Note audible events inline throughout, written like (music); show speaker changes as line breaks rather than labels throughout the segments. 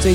最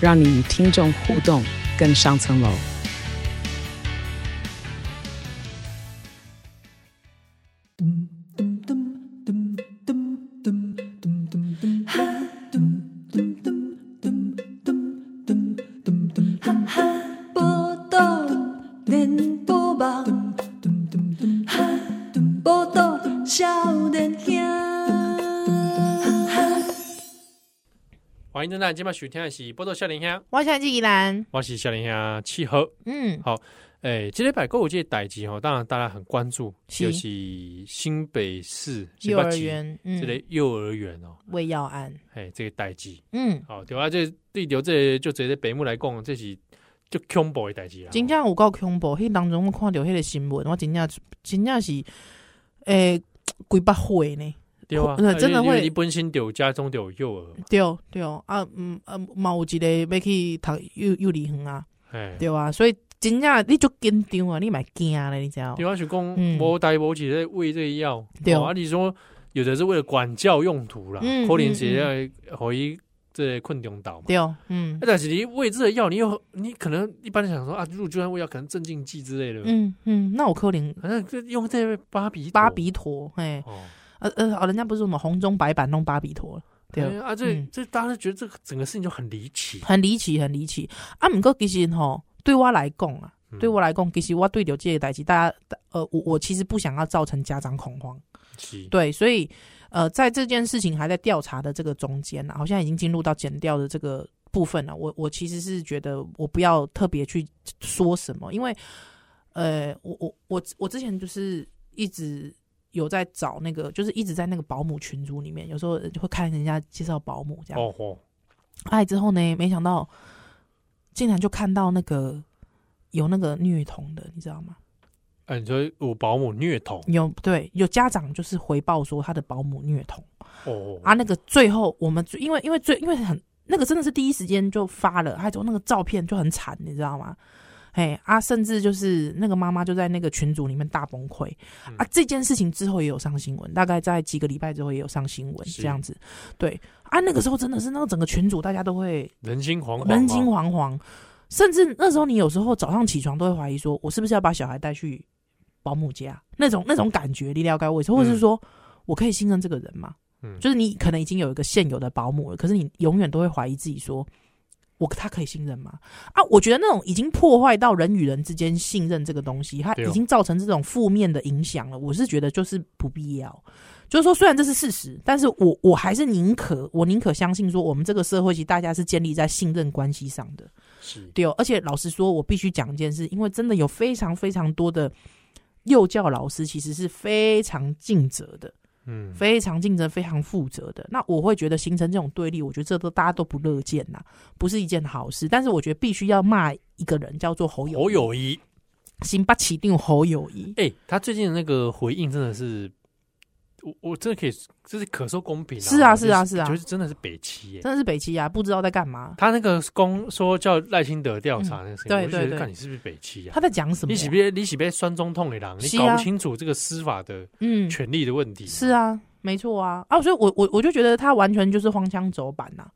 让你与听众互动更上层楼。
报道连波网，报道少年兄。
欢迎正在今晚收听的是《波多少年兄》，
我想去宜兰，
我是少年兄七号。
嗯，
诶，今礼拜购物这个代志吼，当然大家很关注，
是
就是新北市新
幼
北
儿
市
园，
这
嗯，
类幼儿园哦，
胃药案，
诶，这个代志，
嗯，
好对啊，这对着这个就直接北木来讲，这是就恐怖的代志啦。啊
真正有够恐怖，迄当中我看到迄个新闻，我真正真正是，诶、几百岁呢，
对啊，
呃真的
因为
会
你本身就有家中就有幼儿嘛，
对对啊，嗯啊，嘛有一个要去读幼幼儿园啊，
诶，
对啊，所以真正你就紧张啊，你嘛惊咧，你知道吗？
对啊，是讲
嗯
无代无志在喂这个药，
对
哦啊，你说有的是为了管教用途啦，
嗯
可能是要互伊这个困中岛嘛。
对，嗯
啊但是你喂这个药，你又你可能一般想说啊，如果就算喂药，可能镇静剂之类的，
嗯嗯，那有可能
反正就用这个巴比
巴比妥，嘿，
哦，
呃呃，啊人家不是什么红中白板弄巴比妥，对。
哎啊，这
嗯
这大家都觉得这个整个事情就很离奇，
很离奇，很离奇。啊，毋过其实吼，对我来讲啊，
嗯
对我来讲，其实我对着这个代志，大家呃，我我其实不想要造成家长恐慌，
是
对，所以呃，在这件事情还在调查的这个中间、啊，好像已经进入到检调的这个部分了。我我其实是觉得我不要特别去说什么，因为呃，我我我我之前就是一直。有在找那个，就是一直在那个保姆群组里面，有时候就会看人家介绍保姆这样。
哦吼，
爱之后呢，没想到竟然就看到那个有那个虐童的，你知道吗？
哎，你说有保姆虐童，
有对有家长就是回报说他的保姆虐童
哦
啊，那个最后我们因为因为最因为很那个真的是第一时间就发了，还有那个照片就很惨，你知道吗？哎啊，甚至就是那个妈妈就在那个群组里面大崩溃啊！这件事情之后也有上新闻，大概在几个礼拜之后也有上新闻，
是
这样子。对啊，那个时候真的是那个整个群组大家都会
人心惶惶啊，
人心惶惶，甚至那时候你有时候早上起床都会怀疑说，我是不是要把小孩带去保姆家？那种那种感觉，你了解我意思，或者是说、我可以信任这个人吗？
嗯
就是你可能已经有一个现有的保姆了，可是你永远都会怀疑自己说。我他可以信任吗？啊，我觉得那种已经破坏到人与人之间信任这个东西，它
对哦
已经造成这种负面的影响了。我是觉得就是不必要。就是说，虽然这是事实，但是我我还是宁可我宁可相信说，我们这个社会其实大家是建立在信任关系上的。
是
对、哦，而且老实说，我必须讲一件事，因为真的有非常非常多的幼教老师其实是非常尽责的，
嗯，
非常尽责、非常负责的。那我会觉得形成这种对立，我觉得这都大家都不乐见呐、不是一件好事。但是我觉得必须要骂一个人，叫做侯友
侯友谊，
新八旗定侯友谊，
哎，他最近的那个回应真的是。我我真的可以，这是可受公平、啊。
是啊
我就是
啊是啊
就是真的是北齐耶、
真的是北齐啊，不知道在干嘛，
他那个公说叫赖清德调查那个事情，
嗯对
我就觉
对
得
对
看你是不是北七啊？
他在讲什么
你是
啊、
不是你是不是酸中痛的狼？你
是啊
搞不清楚这个司法的
嗯，
权利的问题。
是，啊，没错啊，啊，所以我我我就觉得他完全就是荒腔走板呐、啊。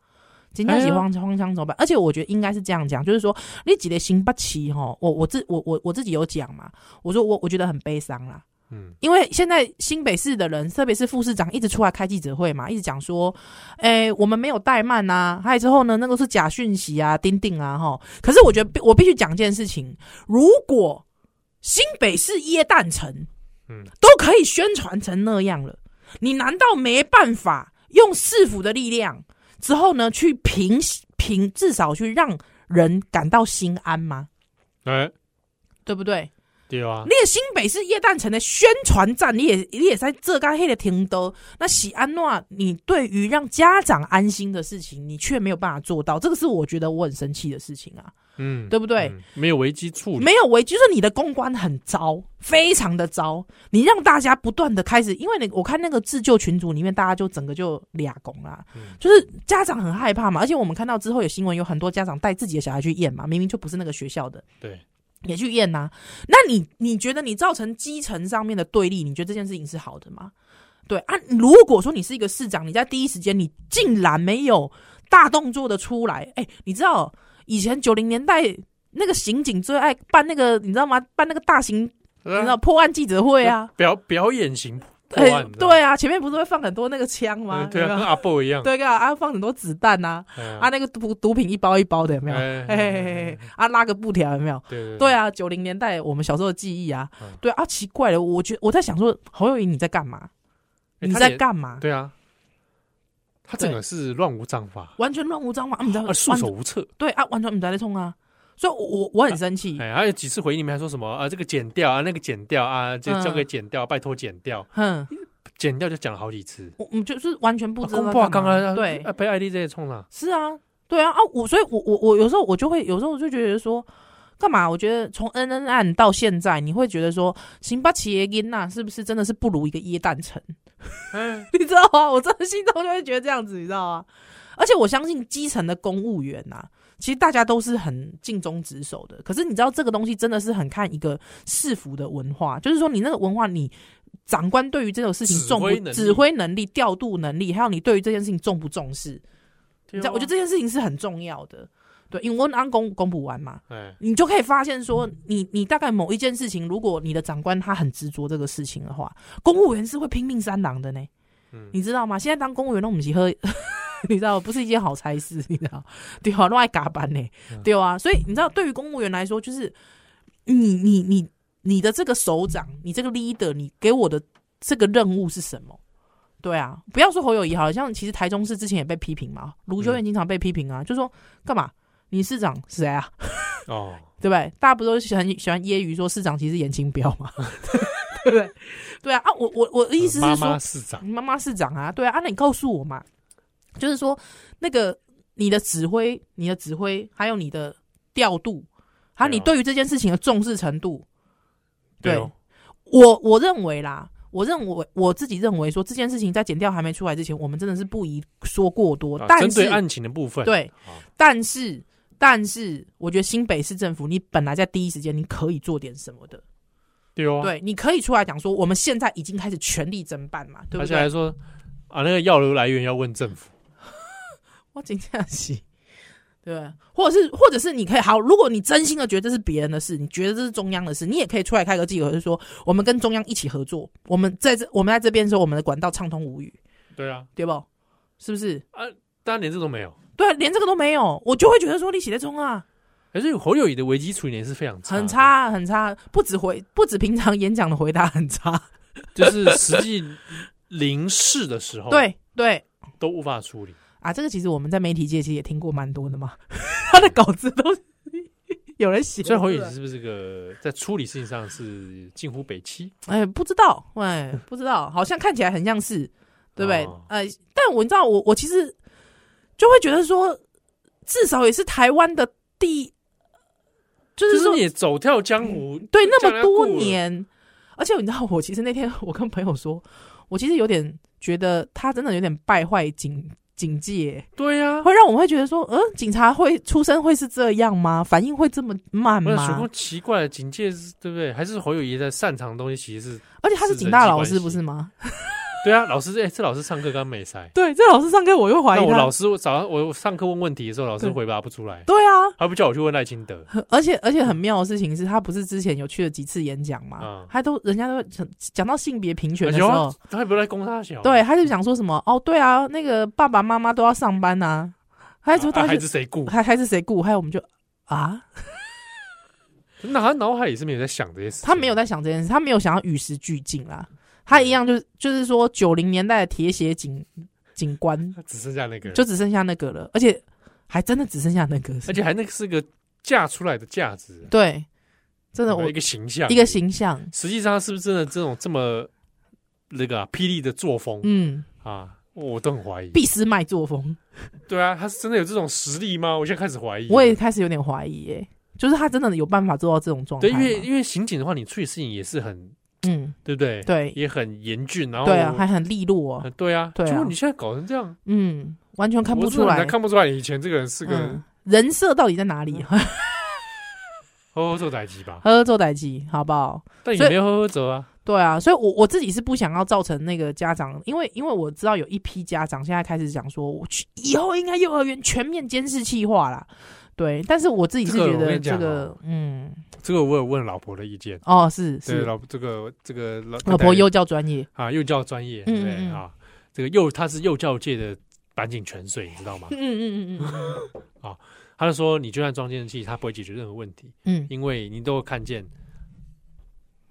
真正
哎
是
呀
荒荒腔走板，而且我觉得应该是这样讲，就是说你几个新不起哈，我我自我我我自己有讲嘛，我说我我觉得很悲伤啦，
嗯，
因为现在新北市的人，特别是副市长，一直出来开记者会嘛，一直讲说，诶、我们没有怠慢呐、还有之后呢，那个是假讯息啊，钉钉啊，哈。可是我觉得必我必须讲一件事情，如果新北市耶诞城，
嗯
嗯，都可以宣传成那样了，你难道没办法用市府的力量之后呢，去平平至少去让人感到心安吗？
哎，
对不对？
对啊
你，的新北市叶诞城的宣传站，你也你也在这干黑的停兜。那喜安诺，你对于让家长安心的事情，你却没有办法做到，这个是我觉得我很生气的事情啊，
嗯，
对不对？
嗯没有危机处理，
没有危机，就是你的公关很糟，非常的糟。你让大家不断的开始，因为你我看那个自救群组里面，大家就整个就俩拱啦，
嗯
就是家长很害怕嘛。而且我们看到之后有新闻，有很多家长带自己的小孩去验嘛，明明就不是那个学校的，
对，
也去验呐、那你你觉得你造成基层上面的对立，你觉得这件事情是好的吗？对啊，如果说你是一个市长，你在第一时间你竟然没有大动作的出来，哎、你知道以前九零年代那个刑警最爱办那个，你知道吗？办那个大型，
你
你知道破案记者会啊，
表表演
(laughs)
型啊破
哎、
案，你知道吗
对啊，前面不是会放很多那个枪吗
嗯？对啊，
有
跟
没有
阿布一样，
对啊，啊放很多子弹呐、
嗯
啊，，那个毒毒品一包一包的有没有？
哎
嘿嘿嘿嘿，啊拉个布条有没有？
对
对
啊，
啊，九零年代我们小时候的记忆啊，
嗯
对啊，奇怪了，我觉我在想说，侯友谊你在干嘛？
哎
你
他
在
也
干嘛？
对啊，他整个是乱无章法，
完全乱无章法，啊，你知道
啊，束
完
手无策。
对啊，完全你在在冲啊，所以我我我很生气，
哎，还有几次回应里面还说什么啊，这个剪掉啊，那个剪掉啊，就
嗯
交给剪掉，拜托剪掉，
哼，
剪掉就讲了好几次。
我我就是完全不知道
啊公
在
报
干
刚
嘛、
刚呃啊
对，
被艾丽这些冲了，
是啊，对啊啊，我所以我我我有时候我就会有时候我就觉得说。干嘛？我觉得从恩恩案到现在，你会觉得说，新巴奇耶因娜是不是真的是不如一个耶诞城？
哎，
(laughs) 你知道吗？我真的心中就会觉得这样子，你知道吗？而且我相信基层的公务员呐、其实大家都是很尽忠职守的。可是你知道这个东西真的是很看一个市府的文化，就是说你那个文化，你长官对于这种事情
指
重不
挥能力
指挥能力、调度能力，还有你对于这件事情重不重视，
啊
你知道？我觉得这件事情是很重要的。对，因为我们安公公补完嘛，
这哎，
你就可以发现说，你你大概某一件事情，如果你的长官他很执着这个事情的话，公务员是会拼命三郎的呢。
嗯
你知道吗？现在当公务员，那我们去喝， (laughs) 你知道不是一件好差事，你知道？对啊，乱爱嘎班呢，对啊。所以你知道，对于公务员来说，就是你你你你的这个首长，你这个 leader，你给我的这个任务是什么？对啊，不要说侯友谊，好像其实台中市之前也被批评嘛，卢修燕经常被批评啊，就说干嘛？你市长是谁啊？
哦，
对不对？大家不都喜欢喜欢揶揄说市长其实严清标嘛， (laughs) 对不对？对啊啊！我我我的意思
妈
是
呃妈
说，
市长，
妈妈市长啊，对啊，啊那你告诉我嘛，就是说那个你的指挥、你的指挥，还有你的调度，还有你
对啊
对于这件事情的重视程度，对
哦，
我我认为啦，我认为我自己认为说这件事情在减掉还没出来之前，我们真的是不宜说过多，
啊
但
针对
是
案情的部分，
对
好，
但是，但是，我觉得新北市政府，你本来在第一时间你可以做点什么的，
对哦，
对，你可以出来讲说，我们现在已经开始全力侦办嘛，对
而
不
且还
对？
说啊，那个药流来源要问政府，
我今天是， (laughs) 对吧，或者是，或者是你可以好，如果你真心的觉得这是别人的事，你觉得这是中央的事，你也可以出来开个记者会说，我们跟中央一起合作，我们在这，我们在这边说，我们的管道畅通无虞，
对啊，
对不？是不是？
当然连这都没有，
对啊，连这个都没有，我就会觉得说你写在中啊，
而且侯友谊的危机处理也是非常差，
很，差很差，不止回，不止平常演讲的回答很差，
就是实际临事的时候，
(laughs) 对对
都无法处理，
啊，这个其实我们在媒体界其实也听过蛮多的嘛， (laughs) 他的稿子都是 (laughs) 有人写，
所以侯友谊是不是个在处理事情上是近乎北七？
哎不知道哎不知道，好像看起来很像是，对不对？
哦
呃，但我你知道我我其实就会觉得说，至少也是台湾的第，就
就是是
说嗯
你走跳江湖，
对那
叫人家
么多
顾了
年，而且你知道我其实那天我跟朋友说，我其实有点觉得他真的有点败坏警警戒。
对啊呀、
会让我会觉得说，嗯，警察会出生会是这样吗？反应会这么慢
我想什
吗
么？奇怪的警戒是，对不对？还是侯友谊在擅长的东西，其实是
而且他是警大老师不是吗？，
对啊。老师，哎、这老师上课刚没塞
对，这老师上课我又怀
那
疑
我
他
老。师我早上我上课问问题的时候，老师
对
回答不出来，
对啊，
他不叫我去问赖清德，
而且而且很妙的事情是他不是之前有去了几次演讲嘛
嗯，啊
他都人家都讲讲到性别平权
而
的
且
时候
他，他也不在攻他小，
对，，他就讲说什么哦，对啊，那个爸爸妈妈都要上班呐，还
啊
说
啊
他
孩子谁顾？
还还是谁雇，还有我们就啊，
那他脑海也是没有嗯在想这些事情，
他没有
在
在想这件事，他没有想要与时俱进啦，他一样就是就是说九零年代的铁血警警官，
只剩下那个，
就只剩下那个了，而且还真的只剩下那个，
而且还那个是个嫁出来的价值，
对，真的
有没
我
有一个形象，
一个。形象，
实际上是不是真的这种这么那个、啊、霹雳的作风、
嗯，
啊？我都很怀疑。
俾斯麦作风，
对啊，他是真的有这种实力吗？我现在开始怀疑。
我也开始有点怀疑、耶，就是他真的有办法做到这种状态
对，
吗？
因为因为刑警的话，你处理事情也是很
嗯，
对不对？
对
也很严峻，然后
对啊，还很利落、
呃对啊，
对啊
结果你现在搞成这样，
嗯，完全看
我
不
真的
出来
很难，看不出来你以前这个人是个嗯
嗯、人设到底在哪 (laughs) 里？呵
呵呵走歹机吧？
呵，做代机好不好？
但也
呃所以
没有呵呵走啊。
对啊，所以我我自己是不想要造成那个家长，因为因为我知道有一批家长现在开始讲说，我去以后应该幼儿园全面监视计划啦。对，但是我自己是
这个
觉
我跟
得
你讲
这
哦
个，嗯，
这个我有问老婆的意见，
哦，是
对
是，
老这个这个老
老婆幼教专业，
啊幼教专业，
嗯
对不对
嗯嗯
啊？这个幼他是幼教界的板井泉水，你知
(laughs)
道吗
嗯？嗯嗯嗯
他就说，你就算装监视器，他不会解决任何问题，
嗯
因为你都有看见，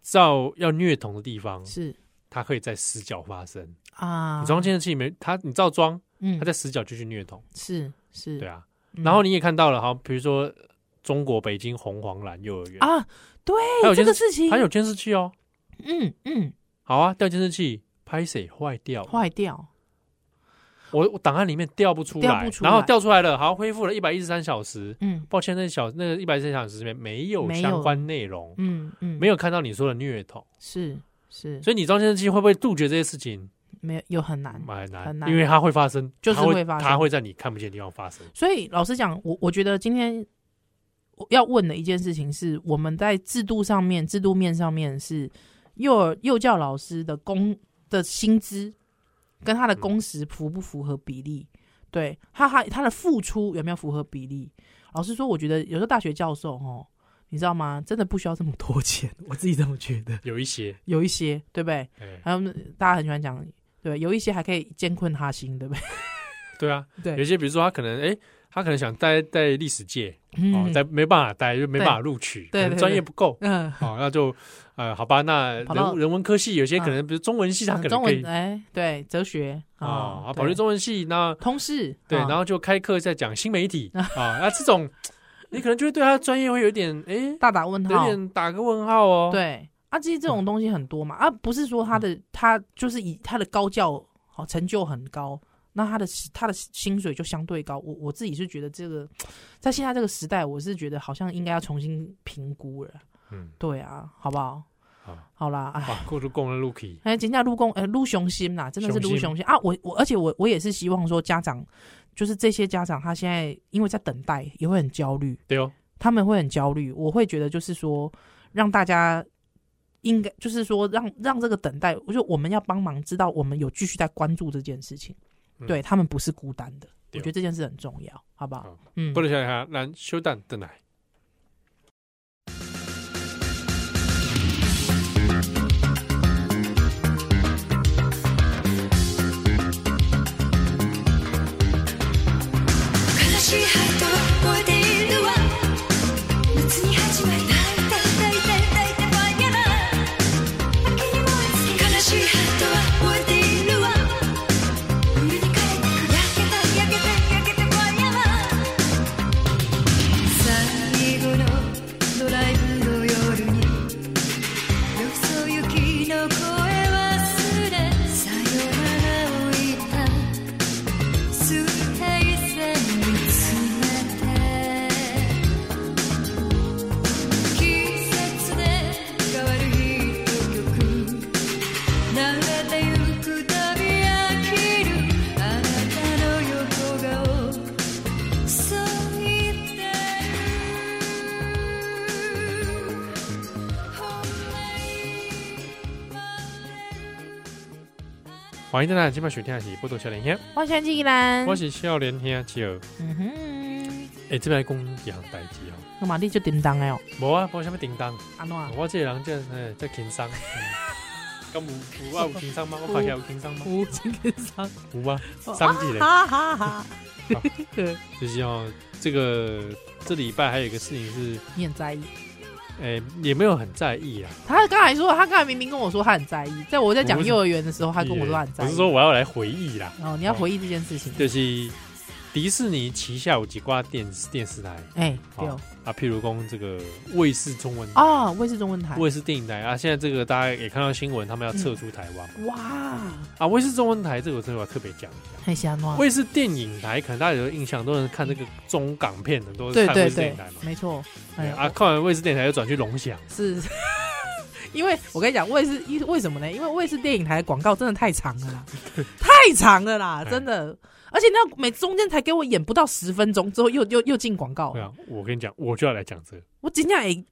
照要虐童的地方
嗯，，是
它可以在死角发生。
啊，
你装监视器没他，你照装，
嗯
他在死角就去虐童，
是是，
对啊。
嗯
然后你也看到了，好，比如说中国北京红黄蓝幼儿园，
啊，对
还有
这
监
个
视器，
事情，
还有监视器哦，
嗯嗯，
好啊，掉监视器，拍谁坏掉了，
坏掉，
我我档案里面调不出来，
调不出来
然后调出来了，好像恢复了一百一十三小时。
嗯
抱歉，那小那一百一十三小时里面没有
没有
相关内容，
嗯嗯，
没有看到你说的虐童，
是是，
所以你装监视器会不会杜绝这些事情？
没有又很难，
蛮难，
很难
因为它会发生，
就是
它
会
会
发生
它会在你看不见的地方发生。
所以老实讲，我我觉得今天我要问的一件事情是，我们在制度上面、制度面上面是幼儿幼教老师的工的薪资跟
嗯
他的工时符不符合比例？对他还他的付出有没有符合比例？老实说，我觉得有时候大学教授哦，你知道吗？真的不需要这么多钱，我自己这么觉得。
有一些，
有一些对不对？
哎，
还有大家很喜欢讲，对，有一些还可以艰困他心，对不对？
对啊，有一
对， (laughs)
些比如说他可能哎，他可能想待在历史界哦，
嗯
但没办法待，就没
对
办法录取，
对
可能
对
专业
对
不够。
嗯。
哦，那就呃，好吧，那
跑到啊
人人文科系有些可能，比如中文系，他可能
中
可以
文哎，对，哲学
啊，啊
啊，
跑去
对
中文系，那
通识
对，
啊
然后就开课在讲新媒
(laughs)
体啊，那这种你可能就会对他的专业会有一点哎，诶
大打问
有
号，
点嗯打个问号哦。，
对啊，其实这种东西很多嘛，啊，不是说他的
嗯
他就是以他的高教好成就很高，那他的他的薪水就相对高，我我自己是觉得这个在现在这个时代，我是觉得好像应该要重新评估了，
嗯，
对啊，好不好？
好
好啦，哎。
啊，过度供了 Lucky，
哎，人家撸公，哎，撸雄心啦，真的是
雄
撸
心
雄心啊！我我，而且我我也是希望说，家长就是这些家长，他现在因为在等待，也会很焦虑，
对哦，
他们会很焦虑。我会觉得就是说，让大家应该就是说让让这个等待，我就我们要帮忙知道我们有继续在关注这件事情，
嗯
对他们不是孤单的。我
对
觉得这件事很重要，好不好
好？
嗯，
不能想想咱小蛋的奶。
悲しいハートは燃えているわ夏に始まり泣いた泣いた泣いた間に合わない秋にも追いつけ悲しいハートは燃えているわ冬に帰ってく焼けた焼けた焼けた間に合わ最後のドライブの夜によそ行きの声忘れさよならを言った水平線見つめて季節で変わるヒット曲流れてゆくたび飽きるあなたの横顔そいてるほんまに待ってる
欢迎大家今晚收听的是《波多笑脸兄》，
万象季兰，
我是笑脸兄企鹅。
嗯哼，
哎，这边来讲一项代志哦，
我马丽就叮当哎哦，
无啊，无什么叮当，
阿诺啊，
我这个人这哎这轻 (laughs) 松。咁有 (laughs) 有啊有轻松吗？我看起来有轻松吗？
我今天上，
(laughs) 有啊吗？
哦
伤起来。
哈哈哈，
就是哦，这个这礼拜还有一个事情是，
你很在意。
诶、也没有很在意啦。啊
他刚才说，他刚才明明跟我说他很在意，在我在
我
讲
是
幼儿园的时候，他跟我说他很在意。
不是说我要来回忆啦，
哦，你要回忆这件事情。
就是迪士尼旗下有几挂电电视台
哎，对
哦啊，譬如讲这个卫视中文台、
啊，卫视中文台，
卫视电影台啊，现在这个大家也看到新闻，他们要撤出台
嗯
湾嘛、
哇，
啊。卫视中文台这个我真的要特别讲一下。
太香了，
卫视电影台可能大家有印象，都能看这个中港片的，都
对
是看卫
对
视电
对
影台嘛，。
没错，
对
哎
啊，看完卫视电影台又转去龙翔，
是， (laughs) 因为我跟你讲，卫视因为什么呢？因为卫视电影台的广告真的太
(laughs)
长了啦，太长了
哎
啦，真的。而且那每中间才给我演不到十分钟，之后又又又进广告
对
了。
啊，我跟你讲，我就要来讲这个。
我今天也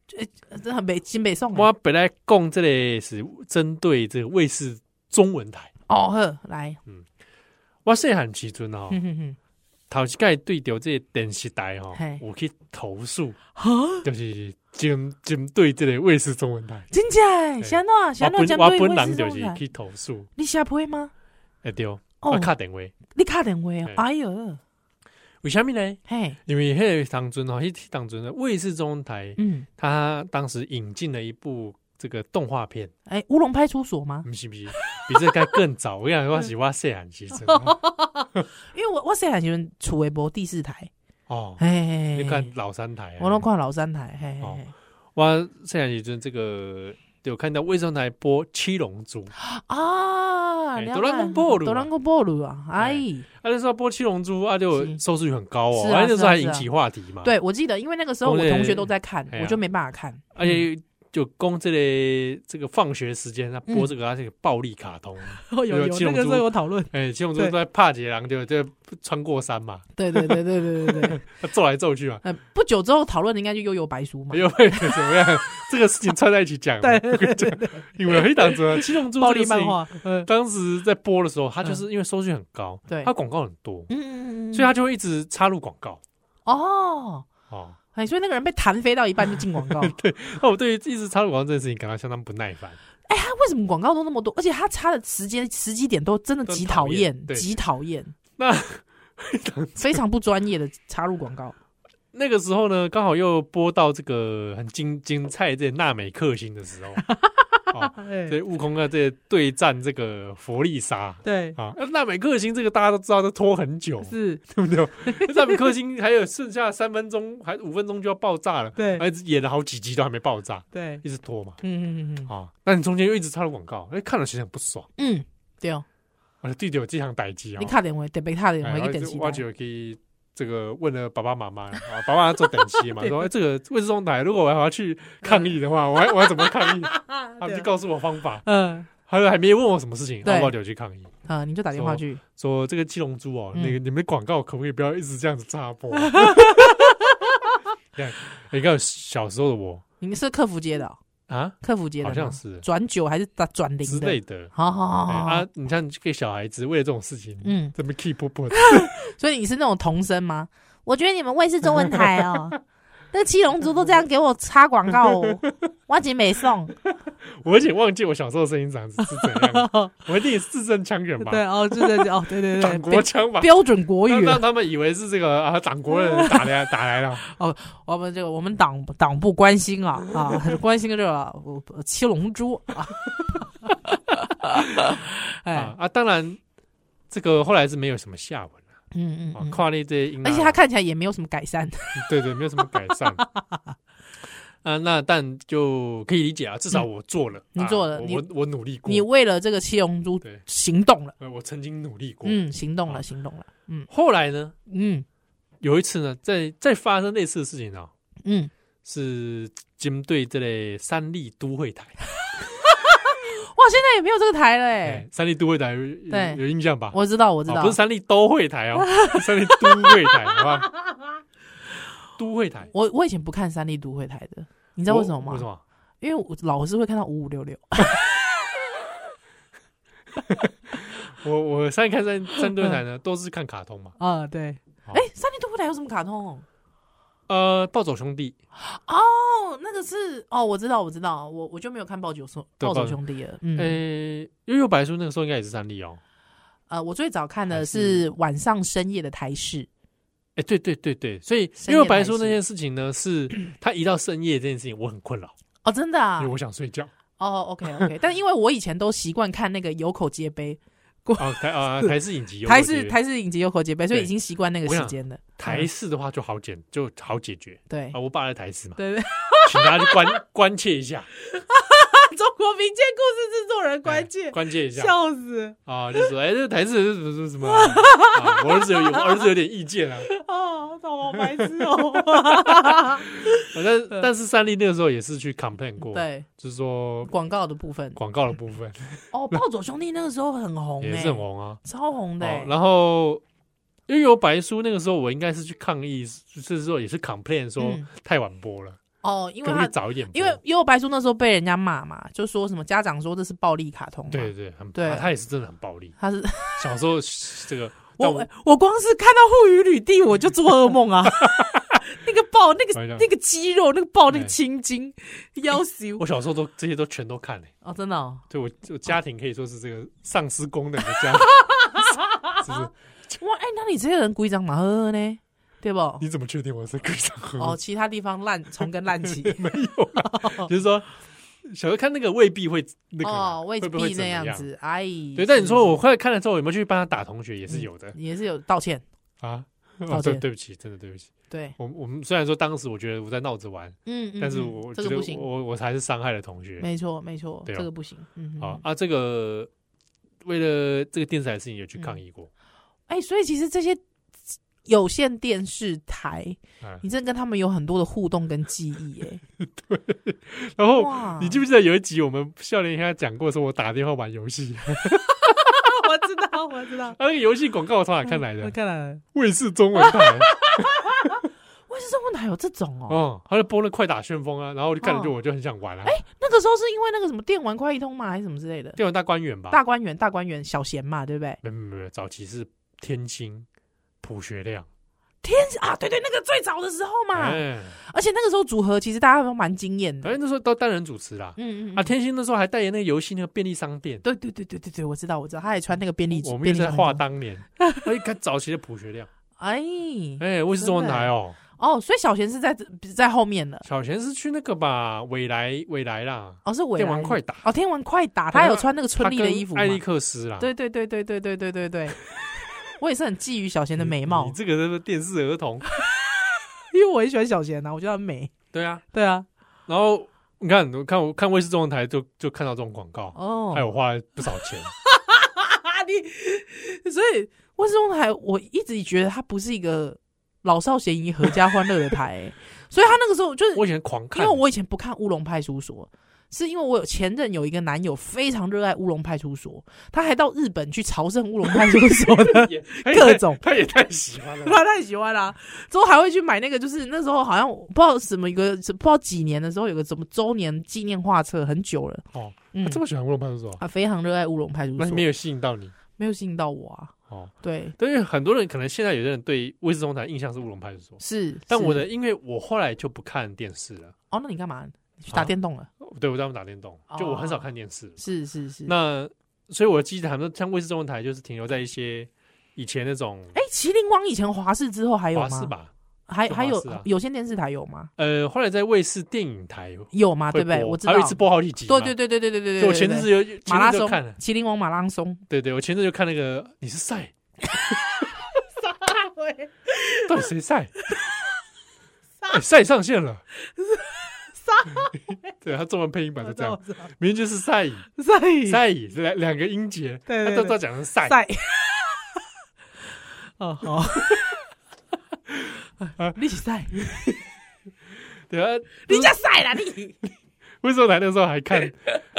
真的很北新北宋
我本来供这里是针对这个卫视中文台。
哦呵，来，
我细汉时阵哦，
哼哼哼，
头一届对着这个电视台哦
嘿，
我去投诉，就是针针对这个卫视中文台。
真假？啊小诺，小
我
诺
本
讲
我
对
本
卫视
人
中
就
文
是
台，
去投诉，
你下播吗？
哎对，
哦
我卡电话，
你打电话哦
嘿
哎呦，
为什么呢？
嘿，
因为迄个当中哦，迄当中的卫视中文台，
嗯，
他当时引进了一部这个动画片，
哎，乌龙派出所吗？
不是不是， (laughs) 比这该更早。我讲我是我细汉时
(laughs)
阵
因为我我虽然喜欢楚微博第四台，
哦，
哎，
你看老三台啊，
我都看老三台，嘿嘿
哦
嘿。
我虽然时阵这个有看到卫视台播《七龙珠》，
(gasps) 啊，
哎
了
哆啦
解
A 梦
哆啦 A 梦啊，哎，
啊那时候播《七龙珠》，啊就是收视率很高哦，
是啊
那时候还
是啊
引起话题嘛。
对，我记得，因为那个时候我
国内
同学都在看，
哎呀
我就没办法看，
而
嗯
且就供这类这个放学时间，他播
嗯
这个，而且暴力卡通，
有
有七龙珠
讨论，
哎，七龙珠
对
都在帕杰狼，对不对？穿过山嘛， (laughs)
对对对对对对对，
他揍来揍去
(laughs)
嘛，
呃，不久之后讨论的应该就悠悠白书嘛，
又会怎么样？ (laughs) 这个事情串在一起讲，
对
我跟你讲，因为黑党子七龙珠
暴
这个
力
事
漫
情，
画，嗯
当时在播的时候，它就是因为收视率很高，
对
它广告很多，
嗯嗯嗯，
所以它就会一直插入广告
哦， (laughs)
哦。
哎，所以那个人被弹飞到一半就进广告，哎，
那我对于一直插入广告这件事情感到相当不耐烦。
他为什么广告都那么多？而且他插的时间时机点都真的
都
极
讨
讨
厌
厌，
对
极讨厌，
那 (laughs)
非常不专业的插入广告，
那个时候呢，刚好又播到这个很精精彩这纳美克星的时候，哦，
(laughs) 对
对悟空啊，这对战这个佛利沙
对
啊，那纳美克星这个大家都知道，都拖很久，
是，
(laughs) 对不对？纳美克星还有剩下三分钟，还五分钟就要爆炸了，
对
还演了好几集都还没爆炸，
对，
一直拖嘛。
嗯嗯嗯嗯。
啊，那你中间又一直插入广告，哎，看了其实很不爽。
嗯，对哦，
我的弟弟有这项代志啊，
你卡电话，得被卡电
哎
话去
我
电
就
视
我
台。
就去这个问了爸爸妈妈，啊，爸爸妈妈做等息
(laughs)
嘛，说哎这个卫视中台，如果我要去抗议的话，我还我要怎么抗
(laughs)
议？
啊
他们就告诉我方法，
嗯
还有还没问我什么事情，
对
然后我就去抗议，
啊，你就打电话去。
说这个七龙珠哦，
嗯
那个你们广告可不可以不要一直这样子插
(laughs)
播？你看，你看小时候的我
你是客服接的哦，
啊，
客服接
好
的吗
像是
转九还是打转零
之类
的？
的。
好好好
哎
好好
啊，，你像给小孩子为了这种事情，
嗯，
这么 keep 不
所以你是那种童声吗？
(laughs) 我觉得你们卫视中文台
(laughs)
哦，那七龙珠都这样给我插广告哦，我姐没送。
(laughs) 我已经忘记我小时候的声音长是怎样，
(laughs)
我一定也是字正腔圆吧，
哦，对对对，哦，对对
党国腔吧，
标准国
让
语。
让他们以为是这个啊党
(laughs)
国人打来打来了，
我们这个我们党党部关心啊啊， (laughs) 很关心这个我七龙珠啊。哎
啊，啊，当然这个后来是没有什么下文了
嗯嗯
啊，
嗯，
跨那这些音啊，
而且他看起来也没有什么改善。
对对，没有什么改善。啊，那但就可以理解啊，至少我做了，
嗯你
啊
做了
我
你
我我努力过
你，为了这个七龙珠
对
行动了，
呃我曾经努力过。
嗯，行动了，
啊
行动了，嗯
后来呢，
嗯
有一次呢，在在发生类似的事情啊，
嗯，
是针对这类三立都会台。
哇，现在也没有这个台了
哎
哎，，
三立都会台有
对
有有印象吧？
我知道，我知
哦
道
不是，三立都会台
(laughs)
哦，是三立都会台，好吧？都会台，
我我以前不看三立都会台的，你
你
知道为什么吗？
为什么？哦
因为我老是会看到五五六六，
我我上一看三三对台呢，
嗯
都是看卡通嘛。
啊，对，
好
哎，三立都会台有什么卡通？
呃，暴走兄弟，
哦，那个是哦，我知道，我知道，我我就没有看暴走兄
对
暴走
暴走
兄弟了，嗯，
呃，悠悠白书那个时候应该也是三立哦。
呃，我最早看的
还
是
是
晚上深夜的台视，
哎，对对对对，所以
深夜
悠悠白书
台
那
戏
件事情呢，
(clears throat)
是他移到深夜这件事情，我很困扰，
哦，真的啊
因为，我想睡觉。
哦，OK OK，但因为我以前都习惯看那个有口皆碑。过。
啊台
(laughs)
啊台式影集有
台
口
式
诀
台嗯式影集有口诀背，所以已
对
经习惯那个
我
时
想
间了。嗯
台式的话就好解就好解决
对
啊，我爸在台式嘛，
对 (laughs) 对，
请大家去关
(laughs)
关切一下，
中国民间故事制作人关键
哎，关切一下
笑死
啊，就说哎，这个台式是什么什么什
(laughs)
么啊，啊我儿子有我儿子有点意见啊，
啊！好白痴
(laughs)
哦。
啊但但是三立那个时候也是去 complain 过，，
对
就是说
广告的部分，
广告的部分
哦，暴走兄弟那个时候很红，
也
哎
是很红啊，
超红的
哦
欸。
然后因为有白书那个时候，我应该是去抗议，就是说也是 complain 说
嗯
太晚播了，
哦，因为
可不可以
他
早一点播？
因为因为白叔那时候被人家骂嘛，就说什么家长说这是暴力卡通嘛，
对对，很
对
啊他也是真的很暴力。
他是
小时候这个， (laughs) 但我
我我光是看到护宇履地我就做噩
(laughs)
梦啊，那个抱那
哎
个
呀
那个肌肉那个抱那个
哎
青筋，腰修
我小时候都这些都全都看嘞、
哦，真的哦，
对我我家庭可以说是这个丧失功能的家，
(laughs)
是不是？
哇哎，那你这个人规章马呵呢，对不？
你怎么确定我是鬼上河？
哦，其他地方烂从根烂起
没有啊，就是说小时候看那个未必会 (laughs) 那个啊
哦，未
会不会
必
怎
那
么
样。子，哎，
对，但你说我
是
后来看了之后有没有去帮他打同学，也是有的
也是有道歉，
啊。
道
哦，对，
歉
对不起，真的对不起。
对，
我我们虽然说当时我觉得我在闹着玩，
嗯，嗯
但是
嗯
我
这
觉得
个不行，
我我还是伤害了同学。
没错没错，
对哦
这个不行，嗯，
好
嗯
啊，这个为了这个电视台的事情也去
嗯
抗议过，
哎，所以其实这些有线电视台，
嗯，
你真的跟他们有很多的互动跟记
(laughs)
忆，哎，
然后
哇，
哦你记不记得有一集我们笑脸跟他讲过，说我打电话玩游戏，他
我知道我知
(laughs)
道，
那个游戏广告我从哪看来的？
看来
卫视中文台
卫视中文台有这种哦，
哦，他就播了《快打旋风》啊，然后我就看了就
哦
我就很想玩啊，
那个时候是因为那个什么电玩快一通嘛，还是什么之类的，
电玩大观园吧？
大观园大观园小贤嘛，对不对？
没没没，早期是天星、朴学亮
天啊，对对，那个最早的时候嘛，
哎，
而且那个时候组合其实大家都蛮惊艳
反
的。嗯
正那时候都担任主持啦。
嗯嗯
啊，
啊，
天星那时候还代言那个游戏那个便利商店，
对对对对对对，我知道我知道，他也穿那个便利
我们也
便利
在
商
画
店。
当
(laughs)
年，哎，看早期的朴学亮，
哎，
哎，卫视中文台哦，
哦，所以小贤是在在后面的，
小贤是去那个吧，未来未来啦，
哦，是伟
电
来
玩
的
快打，
哦，天王快打，
对
他有
他
穿那个春丽
他
的
跟
衣服嘛
艾利克斯啦，
对对对对对对对对 (laughs) 对，我也是很觊觎小贤
你，
的美貌
你，这个是不是电视儿童，
(laughs) 因为我很喜欢小贤呐、啊，我觉得她美。
对啊，
(laughs) 对啊，
然后你看，我看我看卫视中文台就就看到这种广告，
哦，
害我花了不少钱，
啊 (laughs) 你，所以温世中台，我一直觉得他不是一个老少咸宜、合家欢乐的台、欸 (laughs) 所以他那个时候就是
我以前狂
因
看，
为我以前不看《乌龙派出所》，是因为我有前任有一个男友非常热爱《乌龙派出所》，他还到日本去朝圣《乌龙派出
(laughs)
所》 (laughs) 的
也
各种
他也太他也太喜欢了。
他太喜欢啦、之后还会去买那个，就是那时候好像我不知道什么一个，不知道几年的时候有个什么周年纪念画册，很久了。
哦，
嗯
他，这么喜欢乌龙派出所，
啊，非常热爱乌龙派出
那
所，
没有吸引到你
没有吸引到我啊。
哦。
对，
对，因为很多人可能现在有些人对卫视中文台印象是乌龙派出所，
是，
但我
是
的因为我后来就不看电视了，
哦，那你干嘛？你去打
啊
电动了？
对我专门打电动，就我很少看电视了。
哦是是是。
那所以我的记忆很多像卫视中文台就是停留在一些以前那种
哎，麒麟王以前华视之后还有
华
吗？
视吧，
还
就
还
华
有
视啊
有线电视台有吗？
呃，后来在卫视电影台
有吗？啊对
会
不对？
播
我知
还
道。
有一次播好几集嘛，
对对对对对
所
对对
以
对。
我前阵
对
子有前
马拉
阵就
松
看了，
麒麟王马
(laughs)
拉松。
对对，我前阵就看那个你是
(laughs)
赛，到底谁赛？哎赛上线了，赛， (laughs) 对他中文配音版就这样，啊明明就是赛
(laughs)
蚁，
赛
赛蚁两两个音节，
对
他
对
都
对
都讲成赛，
赛。哦好。你是赛，
对啊，
你叫赛啦你。
为什么来那时候还看？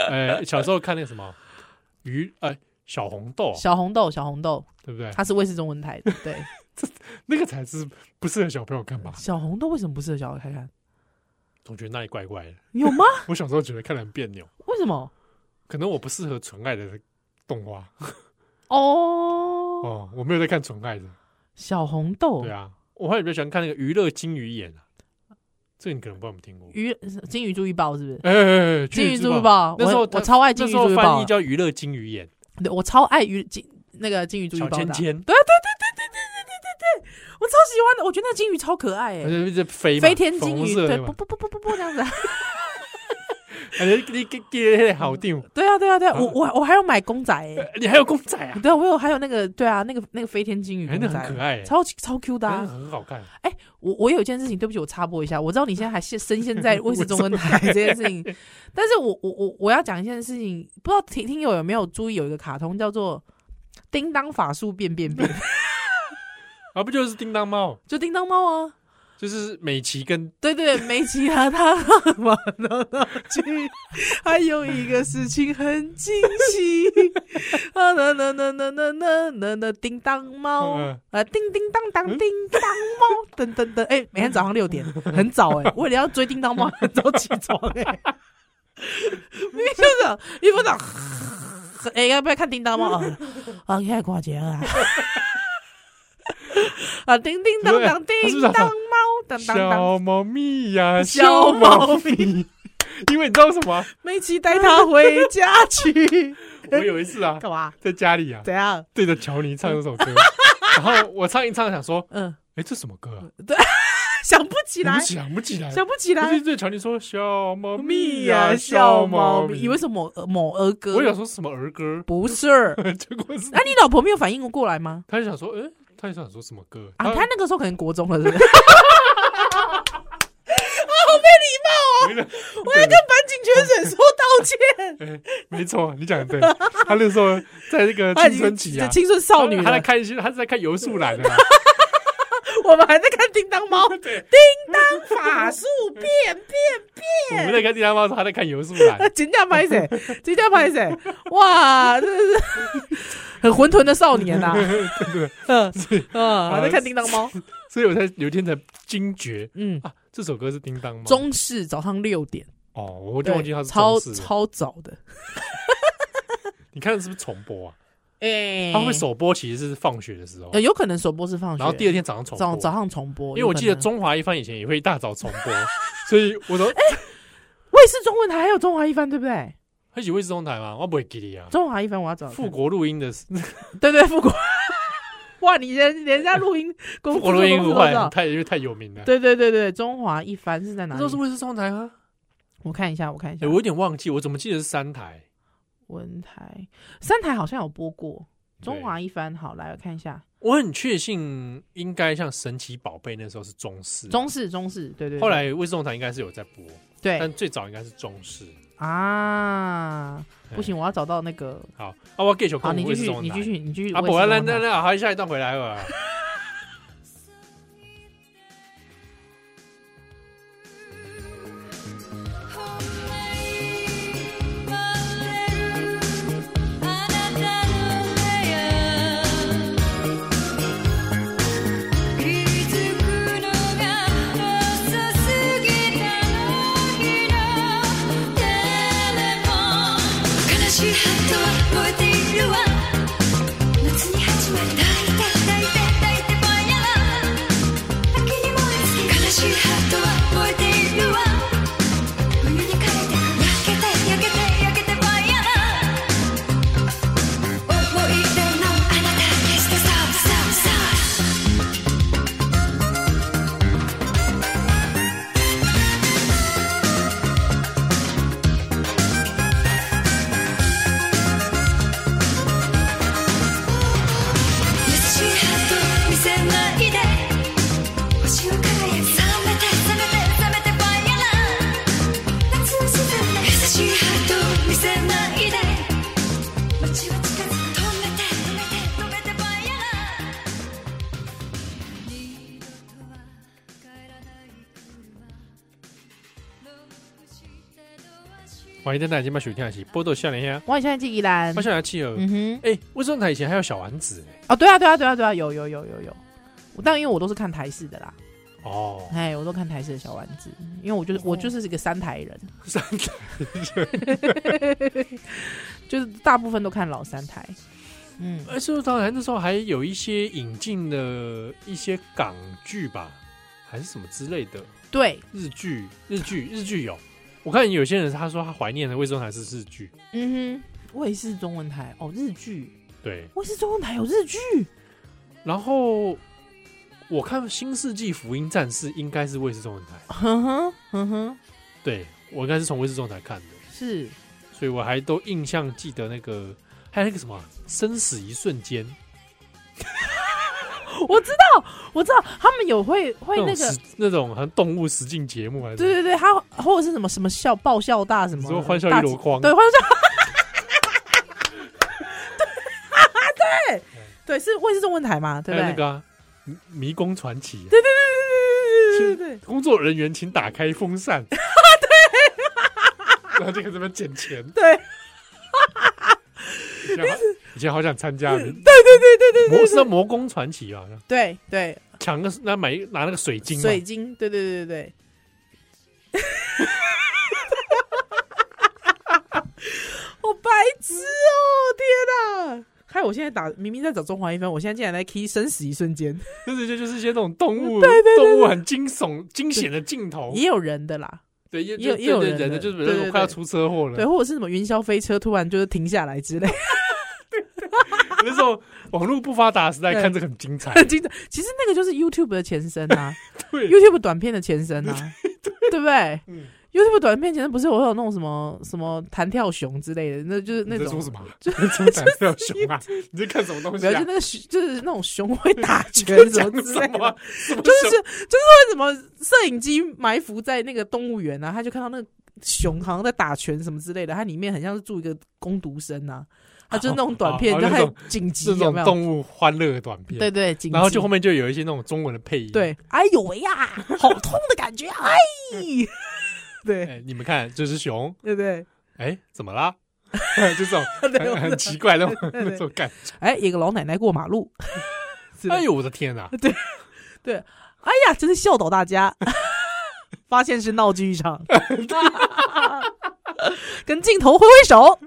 呃，小时候看那个什么鱼，呃，小红豆，
小红豆，小红豆，
对不对？
它是卫视中文台的。对，
那个才是不适合小朋友看吧？
小红豆为什么不适合小孩看看？
总觉得那里怪怪的。
有吗？
我小时候觉得看得很别扭，
为什么？
可能我不适合纯爱的动画
哦，
哦，我没有在看纯爱的。
小红豆，
对啊，我还比较喜欢看那个娱乐金鱼眼啊，这个你可能不知道有没有听过。
鱼金鱼珠玉豹是不是？
哎哎，哎
金鱼珠玉
豹
豹，
那时候
我
他
我超爱金
那
鱼
时
珠
候
玉
翻
豹
译，叫娱乐金鱼眼，
对我超爱鱼金那个金鱼珠玉
小
豹的啊，
芊
对对对对
芊，
对对对对，我超喜欢的，我觉得那金鱼超可爱哎，
对，这飞嘛
飞天
粉
金
红
鱼，
色
对，
的
不
嘛，
不不不不不这样子啊，
哎你你给给那个好定，
对啊，对啊，对啊，我我我还有买公仔欸，
你还有公仔啊？
对啊，我有还有那个对啊，那个那个飞天金鱼
哎，
公
那
仔，
很可爱欸，
超级超 Q 的、
真的
啊。
很好看。
我我有一件事情，对不起，我插播一下，我知道你现在还现深陷在卫视中文台这件事情，但是我我我我要讲一件事情，不知道听听友有没有注意，有一个卡通叫做《叮当法术变变变》，
啊，不就是叮当猫，
就叮当猫啊，
就是美琪跟
对对，梅吉和他爸爸闹闹去，还有一个事情很惊喜，啊那那那那那那那那叮当猫
嗯
啊叮叮当当叮当猫噔噔噔，哎，每天早上六点很早 (laughs) 哎，为了要追叮当猫很早起床哎，明明就是啊一副长， (laughs) 哎要不要看叮当 (laughs) 猫啊？啊，看挂节 (laughs) 啊。啊！叮叮当当，
对他是
叮
不是要
当
唱
猫，当当当，
小猫咪呀，
小
小
猫
猫咪。 (laughs) 因为你知道为什么啊？
梅琪带他回家去。
我有一次啊，
(laughs) 干嘛？
在家里啊，
怎样？
对着乔尼唱这
(laughs)
首歌，然后我唱一唱，想说，
嗯，
哎，这什么歌啊？
想不起来
想不，起来，想不起来。
想不起
我就
来。
对乔尼说：“小猫
(laughs)
咪
咪
呀，
呀，
小
哎小
猫
啊猫
咪。”
咪，以为是某呃某儿歌。
我有说什么儿歌， (laughs)
不是？
结果是
(laughs) 那啊你老婆没有反应过来吗？
他就想说，嗯，他就想说什么歌
啊，她那个时候可能国中了，
(laughs)
是不是？啊
没了
哦 (laughs) 我要跟板井泉水说道歉。
哎，没错，你讲的对。他那时候在那
(laughs)
个
她
(laughs) 青
已经
春期啊，
哎青春少女
他在
了，
看一些，他是在看游素兰的
(laughs)
啦。
我们还在看《叮当猫》。
(laughs) 对，
叮当法术变变
我们在看叮当猫的时候，他在看游素兰。
(laughs) 真正拍谁？真正拍谁？哇，真的是 (laughs) 很混沌的少年
(laughs)
呐、啊！嗯，
呃
还在看《叮当猫》。
所以我才有一天才惊觉
嗯，
啊，这首歌是叮当猫。
中式早上六点，
哦，我就
对，
忘记他是
超
中式的。
超早的。
你看是不是重播啊？
哎
他会首播其实是放学的时候
呃，，有可能首播是放学，
然后第二天早上重
早
播。
早上重播，
因为我记得
有可能
中华一番以前也会一大早重
(laughs)
播，所以我哎
哎
说
卫视中文台还有中华一番，对不对？
他以为是中台嘛，我不会给你啊。 (laughs)
中华一番我要找
富国录音的
对对富国。 (laughs) 哇，你连连人家
(laughs)
录音公
富
司
国录音
公司
不
都
会
知道
太因为太有名了。
对对对对，中华一番是在
那
哪里？
时候是卫视中台吗？
我看一下，我看一下
哎，我。有点忘记，我怎么记得是三台？
文台、三台好像有播过《
对
中华一番》。好，来我看一下
我很确信应该像神奇宝贝那时候是中式，
中式，中式，对对对
后来卫视中台应该是有在播，但
对
最早应该是中式。
啊，
对
不行，我要找到那个。
好，啊，我要 get 球
好，
控
你
卫
继
视
续，
中
你
台
继。续，你继续。
啊，
我
我
也
要
是
那
中
那
文台
那好，下一段回来吧。
「褒め言われるあなたの部屋」「気づくのが遅すぎたのにのテレフォン」「悲しいハートは燃えているわ」「夏に始まる抱いて抱いて抱いてぼんやら」「秋に燃え尽き悲しいハートは燃えているわ」「胸にかけて焼けて焼けて焼けてファイヤー」「思い出のあなた決してサブサブサブ」「優しいハート見せないで」「星を輝く冷めて冷めて冷めてファイヤー」「夏を沈め優しいハート見せないで」「街は近づく止めて止めて止めてファイヤー」「二度とは帰らない車」「ロックしたドア閉め
欢迎大家今晚收听的是《波多笑脸呀
我很相信依兰》，
欢。迎来企鹅。
嗯哼，
哎，卫视中台以前还有小丸子哎。
哦，对啊，对啊，对啊，对啊，有有有有有。我但因为我都是看台式的啦，
哦，
(laughs) 哎，我都看台式的小丸子，因为我就是我就是一个三台 (laughs) 人，
三台
就是大部分都看老三台。嗯，
哎，是不是当然那时候还有一些引进的一些港剧吧，还是什么之类的
对，
日剧，日剧，日剧有。我看有些人他说他怀念的卫视中台是日剧，
嗯哼，卫视中文台哦，日剧，
对。
卫视中文台有日剧。
然后我看《新世纪福音战士》应该是卫视中文台，
哼哼哼哼，
对我应该是从卫视中文台看的。
是
所以我还都印象记得那个，还有那个什么啊生死一瞬间，
(laughs) 我知道，我知道他们有会会那
那种
个，
实那种好像动物实境节目还是什
对
么，
对对，他或者是什么什么笑爆笑大什
你
么
说欢笑
大
一箩
集
筐，
对，欢笑。对对对，是卫视中文台嘛，对
还
不
有那？个
对
啊迷迷宫传奇，啊
对对对对对对对对对
工作人员请打开风
(laughs)
扇，对，然后就给他们捡钱，
对 (laughs)
以前好以前好想参加，对
对对对
魔是叫魔宫传奇啊，好像
对对
抢个那买一拿那个水晶嘛，
对，水晶，对对对对对。我白痴哦！天哪！害我现在打明明在找中华一番，我现在竟然在 key 生死一瞬间，
就是就就是一些那种动物，
对对对
动物很惊悚、惊险的镜头，
也有人的啦，
对，也
也有
就
也有
对
人
对人
的
的，就是
对
那
对
种
对
快要出车祸
对，
了。
或者是什么云霄飞车突然就是停下来之类，
那时候网络不发达的时代，
对
看着很精彩，
很精彩。其实那个就是 YouTube 的前身啊
(laughs) 对
，YouTube 短片的前身啊，对不对
嗯
？YouTube 短片前身不是我有那种什么什么弹跳熊之类的，那 (laughs) 就是那
你在说
种
什么？就 (laughs) 什么彩色熊啊？
(laughs)
你在看什么东西
没有，就
啊
那？个熊就是那种熊会打拳
在
什
讲
么之类
什么
的 (laughs)
啊。？什么
就是
熊
就是为什么摄影机埋伏在那个动物园啊，他就看到那个熊好像在打拳什么之类的，它里面很像是住一个工读生啊，他就是那种短片，
(laughs) 哦哦
就
那
还
种
紧急
这
有
种
没有？
动物欢乐的短片，
对对，紧急。
然后就后面就有一些那种中文的配音，
对，哎呦喂呀，好痛的感
(laughs)
觉，哎，对
哎，你们看这只熊，
对对，
哎，怎么 (laughs) 啦？就这种
对
很很奇怪的
对对对
(laughs) 那种感觉。
哎，一个老奶奶过马 (laughs) 路，是的
哎呦，我的天哪！
哎呀，真是笑倒大家， (laughs) 发现是闹剧一 (laughs) 场，跟镜头挥挥手，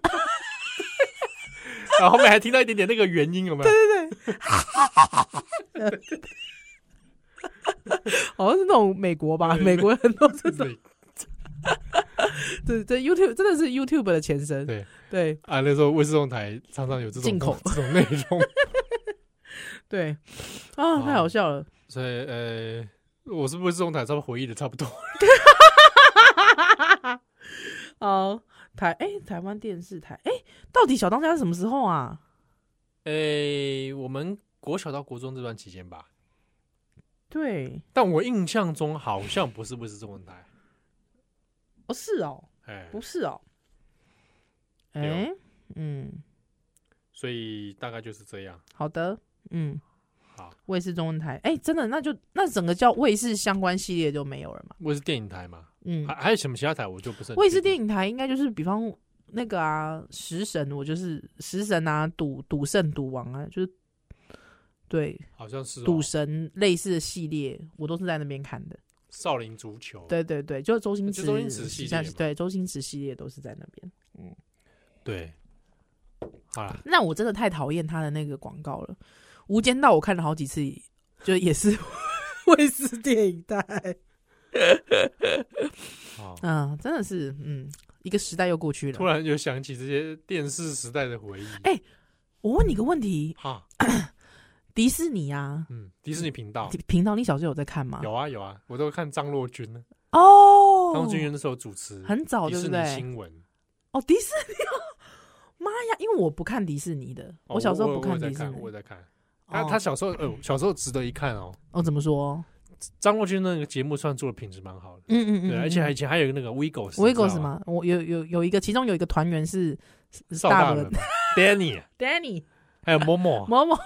然后后面还听到一点点那个原因，有没有？
好像是那种美国 (laughs) 吧，美国人都是这
对
这这 YouTube 真的是 YouTube 的前身，
对
对
啊，那时候卫视中台常常有这种
进口
(laughs) 这种内容，
对啊，太好笑了，
所以呃，我是卫视中台差不多回忆的差不多。
哦，台哎、台湾电视台哎、到底小当家是什么时候啊？
诶，我们国小到国中这段期间吧，
对，
但我印象中好像不是卫视中文台，
哦是哦，
哎，
不是哦，哎、
对哦
嗯，
所以大概就是这样。
好的，嗯，
好，
卫视中文台，哎、真的，那就那整个叫卫视相关系列就没有了嘛，
卫视电影台嘛，
嗯
还，还有什么其他台我就啊不是很
卫视
确定
电影台应该就是比方那个啊，食神，我就是食神啊，赌赌圣、赌王啊，就是对
好像是哦
赌神类似的系列，我都是在那边看的。
少林足球，
对对对，就是周星
哦就
驰，
周星驰系列
像是
嘛
对周星驰系列都是在那边。
对，好啦，
那我真的太讨厌他的那个广告了，《无间道》我看了好几次，就也是 (laughs) 卫视电影台。
好，
嗯，真的是，嗯，一个时代又过去
突
了。
然就想起这些电视时代的回忆。
哎我问你个问题，
哈，
迪士尼啊
嗯，迪士尼频道
频道，你小时候有在看吗？
有啊有啊，我都看张若昀呢，
哦，
张若昀那时候主持
很早，
迪
对
士
不
尼
对？
新闻，
哦，迪士尼哦，妈呀！因为我不看迪士尼的，
哦
小时候
我
不
我
迪
在
士
看，
尼。
我在看。他
哦
他小时候，呃，小时候值得一看哦。
哦，怎么说？
张若昀那个节目算做的品质蛮好的，
嗯嗯嗯，
对，而且还以前还有那个 Vigos，
我一个
你知
什
道吗？
么？我有有有一个，其中有一个团员是
邵大
人
人嘛哦，Danny，
(laughs)
啊
Danny
还
(laughs)
有啊默默，
某某，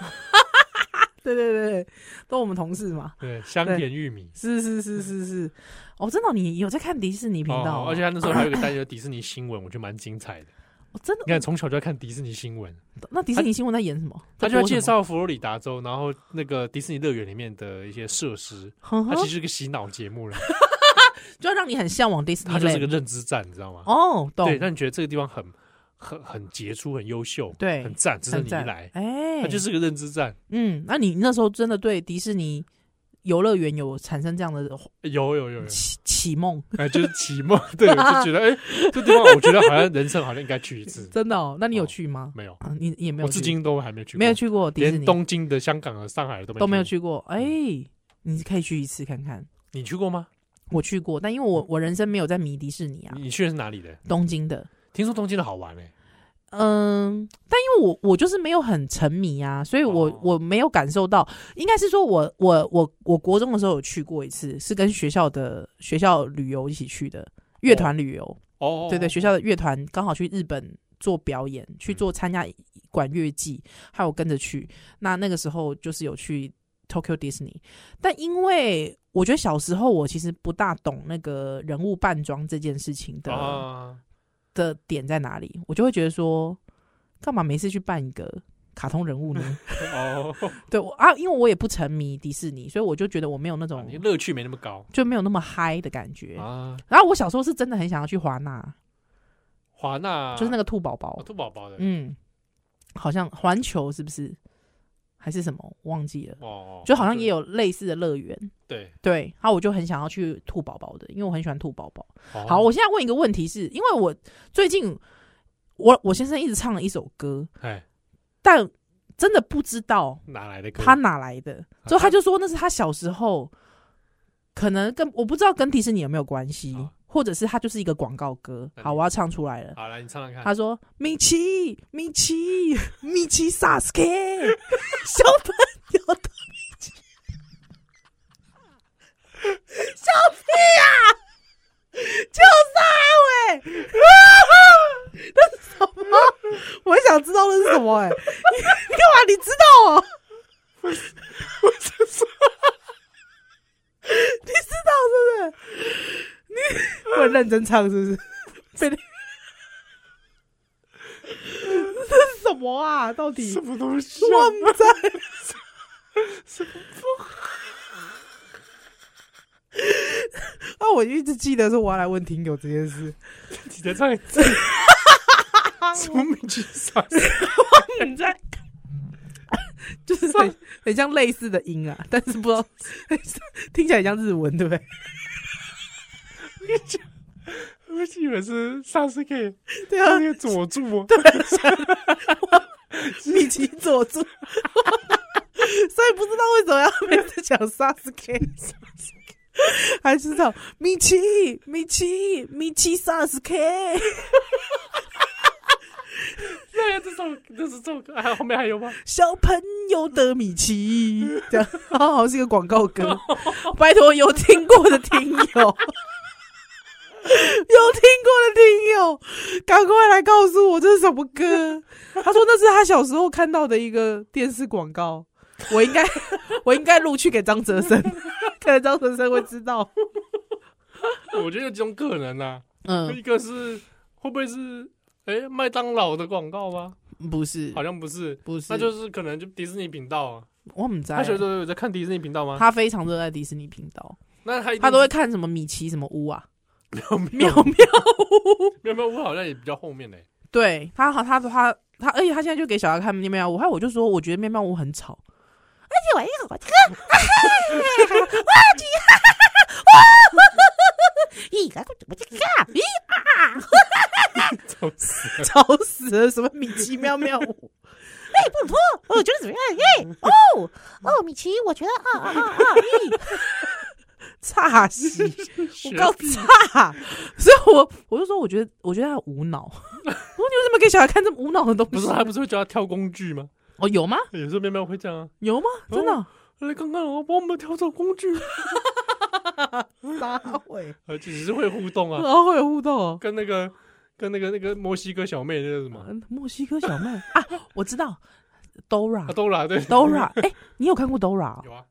对对对，对都我们同事嘛。
对，香
对
甜玉米。
是是是是是，哦，真的哦，你有在看迪士尼频道
哦
哦？
而且他那时候还有一个单元迪士尼新闻，我觉得蛮精彩的。
哦真的
你看，从小就要看迪士尼新闻，
那迪士尼新闻在演什么？
他
在
就要
播什
介
么，
绍佛罗里达州，然后那个迪士尼乐园里面的一些设施，
呵
它
呵
其实是个洗脑节
(laughs)
目了，
就要让你很向往迪士尼。
它就是个认知战，你知道吗？
哦，懂
对，让你觉得这个地方很很很杰出、很优秀，
对
很赞，值得
很
你一
赞
来。
哎，
它就是个认知战，
嗯，那你那时候真的对迪士尼游乐园有产生这样的
有有有
(laughs)
有，
启启梦？
哎，就是启蒙，对，我就觉得，哎，这地方我觉得好像人生好像应该去一
(laughs)
次，
真的哦？那你有
哦
去吗？
没有，
啊，你你也没有
我
去，
至今都还没有去过，
没有去过迪士
连
尼，
东京的、香港的、上海的
都
都
没
没嗯
有。去过。哎，你可以去一次看看。
你去过吗？
我去过，但因为我我人生没有在迷迪士尼啊，
嗯你去的是哪里的？
东京的
听说东京的好玩哎，
嗯，但因为我我就是没有很沉迷啊，所以我、
哦
我没有感受到，应该是说我我我我国中的时候有去过一次，是跟学校的学校旅游一起去的乐团旅游，
哦，嗯
对对，学校的乐团刚好去日本做表演，去做参加管乐季，还有跟着去。那那个时候就是有去 Tokyo Disney，但因为我觉得小时候我其实不大懂那个人物扮装这件事情的、
啊，
的点在哪里，我就会觉得说，干嘛没事去扮一个卡通人物呢？ (laughs)
哦，
对我啊，因为我也不沉迷迪士尼，所以我就觉得我没有那种
啊你乐趣没那么高
就没有那么嗨的感觉。
啊。
然后我小时候是真的很想要去华纳，
华纳
就是那
个
个兔宝宝，
兔宝宝的，
嗯，好像环球是不是还是什么忘记了？
哦，
就好像也
有
有类似的乐园，
对。
对，然后我就很想要去兔宝宝的，因为我很喜欢兔宝宝。
好
好，我现在问一个问题是，因为我最近我我先生一直唱了一首歌，
哎，
但真的不知道
哪来的歌？
他哪来的，之后他就说那是他小时候，可能跟我不知道跟迪士尼有没有关系
好，
或者是他就是一个广告歌。
那你
好，我要唱出来了。
好来，你唱唱看。
他说：“米奇，米奇，米奇萨斯克，小朋友的米奇，小屁啊，就是啊喂，啊那是什么？我很想知道那是什么哎、你你干嘛？你知道哦？我是说，你知道是不是？你我很认真唱是不是？被你。”什么啊？到底
什么东西啊？
我不在？啊！我一直记得是我要来问听友这件事，
你再唱一
(laughs)
次。什么米奇萨斯？
你在，就是很很像类似的音啊，但是不知道，听起来很像日文，对不对？
我以为是萨斯克，
对
那
啊，
个佐助。
米奇佐助，所以不知道为什么要每次讲萨斯
(laughs)
K，还是叫米奇米奇米奇萨斯 K，
对啊，这首这是这首歌，还有后面还
(laughs)
有吗？
小朋友的米 (laughs) 奇，这样好像是一个广告 (laughs) 歌，拜托有听过的听友。有听 (laughs) 过的听友，赶快来告诉我这是什么歌？他说那是他小时候看到的一个电视广告，我应该 (laughs) 我应该录去给张哲 (laughs) 生，可能张哲生会知道。
我觉得有几种可能啊，
嗯，
一个是会不会是哎麦当劳的广告吗？
不是
好像不是，
不是
那就是可能就迪士尼频道啊。
我们在
他学生有在看迪士尼频道吗？
他非常热爱迪士尼频道，
那他一定
他都会看什么米奇什么屋啊，
妙
妙妙屋。
妙妙屋好像也比较后面嘞。
对他好，他他他，而且他现在就给小孩看喵喵屋，还有我就说，我觉得喵喵屋很吵，
而且我一个我这个，咦，我我这个，咦，啊
吵死了！
(laughs) 吵死了，什么米奇喵喵屋，
(laughs) 哎，不错，我觉得怎么样？耶，哦哦，米奇，我觉得啊啊啊啊，咦，
(laughs) 差死，
(laughs)
我
学
告差，所以我我就说，我觉得我觉得他很无脑， (laughs) 我说你为什么给小孩看这么无脑的东
不是啊
西？
还不是会教他挑工具吗？
哦，有吗？
有时候妙妙会这样啊，
有吗？真的？
来看看哦，帮我们挑找工具，
撒会，
呃，只是会互动
然
啊，
后会有互动哦。
跟那个跟那个那个墨西哥小妹那个什么
嗯墨西哥小妹啊，我知道
啊，
，Dora，Dora，
都啦，对，
哎，你有看过 Dora？
有啊，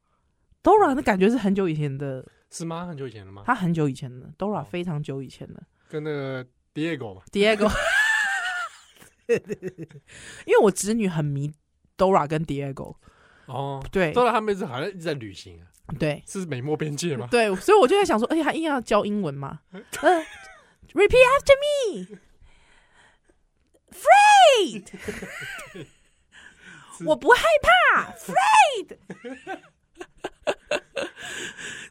Dora 那感觉是很久以前的，
是吗？很久以前了吗？
他很久以前的
哦
，Dora 非常久以前的
跟那个 Diego 嘛，
Diego，因为我侄女很迷 Dora 跟 Diego，
哦，
对
都啦，他们一直好像一直在旅行啊，
对
是美墨边界吗？
(laughs) 对，所以我就在想说，而且哎他硬要教英
(laughs)
文嘛，嗯、r e p e a t after me。Afraid，我不害怕。Afraid，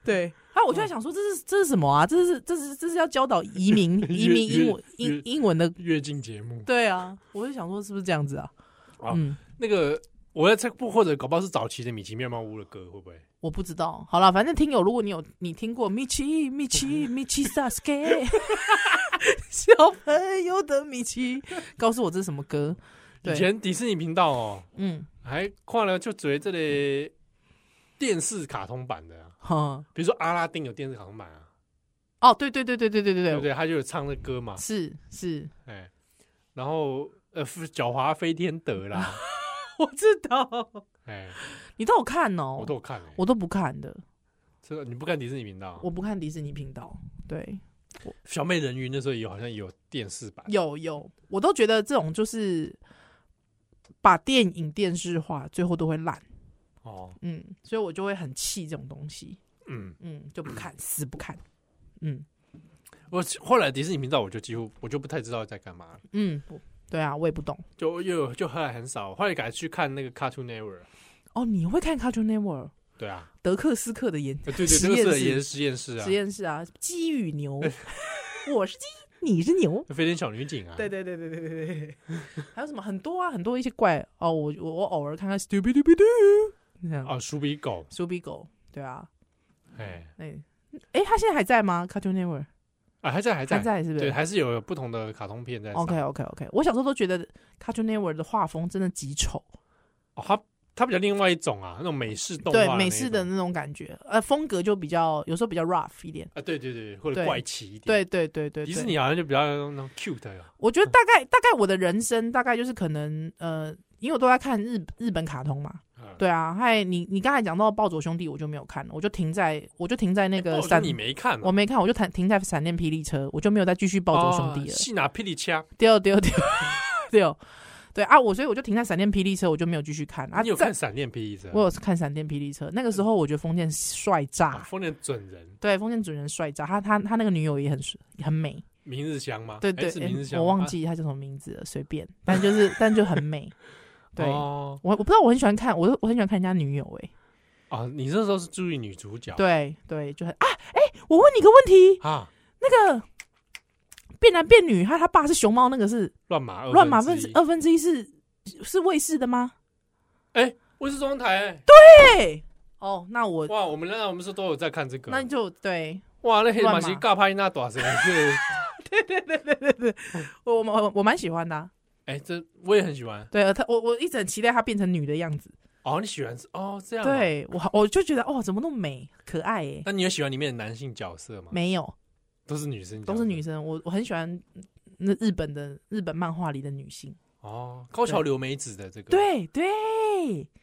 对。然后我就在想说，这是这是什么啊？这是这是这是要教导移
(laughs)
民移民英文
越越
英英文的
越境节目
对啊，我就想说是不是这样子啊？
啊
嗯，
那个我在猜，不或者搞不好是早期的米奇妙妙屋的歌，会不会？
我不知道。好了，反正听友，如果你有你听过米奇米奇米奇萨斯 k 小朋友的米奇，告诉我这是什么歌？对
以前迪士尼频道哦，
嗯，
还看了就追这类电视卡通版的、啊，
哈，
比如说阿拉丁有电视卡通版啊，
哦，对对对对对对对
对不对？他就有唱那歌嘛，
是是，
哎，然后呃，狡猾飞天德啦，
(laughs) 我知道，
哎，
你都有看哦，
我都有看、欸，
我都不看的，
这个你不看迪士尼频道啊，
我不看迪士尼频道，对。
小美人鱼那时候也好像也有电视版，
有有，我都觉得这种就是把电影电视化，最后都会烂。
哦，
嗯，所以我就会很气这种东西，
嗯，
嗯，就不看，死不看。嗯
我后来迪士尼频道我就几乎我就不太知道在干嘛了，
嗯，我对啊，我也不懂。
就又就后来很少，后来改去看那个 Cartoon Network，
哦，你会看 Cartoon Network
对啊，
德克斯克的演
呃对对，这
实
个
验
是
室
也是实验室啊
实，验室啊，鸡与
(laughs)
牛，我是鸡，你是牛。
飞天小女警啊，
对对对对对对对对，还有什么很多啊，很多一些怪哦，我我我偶尔看看 Stupid Stupid 这样
啊，鼠比狗，
苏比狗，对啊，
哎
哎、哎，他现在还在吗？Cartoon Network
啊，还在还在
还在是不
对，
是
还是有不同的卡通片在上。
？OK OK OK，我小时候都觉得 Cartoon Network 的画风真的极丑，
哦，它它比较另外一种啊，那种美式动画的那
对
种，
美式的那种感觉，呃，风格就比较有时候比较 rough 一点。
啊，对对对，或者
对
怪奇一点。
对对对对，
迪
对
士尼好像就比较那种 cute 啊，
我觉得大概大概我的人生大概就是可能呃，因为我都在看日日本卡通嘛，
嗯，
对啊，还你你刚才讲到暴走兄弟，我就没有看了，我就停在我就停在那
哦
个
所以
闪，
你没看
我
哦，
没看，我就停停在闪电霹雳车，我就没有再继续暴走兄弟了。
哦
哦
细拿霹雳枪，
丢丢丢丢， (laughs) 对啊，我所以我就停在闪电霹雳车，我就没有继续看啊。
你有
在
看闪电霹雳车？
我有看闪电霹雳车，那个时候我觉得封建帅
啊，
炸，
丰年准人，
对，封建主人帅炸，他他他那个女友也很帅很美，
明日香吗？
对
哎
对，
是明日
诶
香吗，
我忘
啊。
记他叫什么名字了，随便，但就是但就
(laughs)
很美，对。
哦
我我不知道，我很喜欢看，我我很喜欢看人家女友哎、
啊，你那时候是注意女主角，
对对，就很啊哎、我问你个问题，
啊，
那个变男变女，他他爸是熊猫，那个是
乱码二
乱马分
之
之
一，
二分之一哦是是卫视的吗？
哎，卫视中台，哎
对，哦，那我
哇，我们那我们是都有在看这个，
那就对
哇，那黑马
乱
是
码
尬拍那 (laughs) 短绳，是
我我我我蛮喜欢的啊、
哎，这我也很喜欢。
对，他我我一直很期待她变成女的样子，
哦，你喜欢是哦这样啊，
对我我就觉得哦，怎么那么美可爱耶、
那你有喜欢里面的男性角色吗？
没有，
都是女生角色，
都是女生，我我很喜欢那日本的日本漫画里的女性，
哦。高桥留美子的这个，，
对对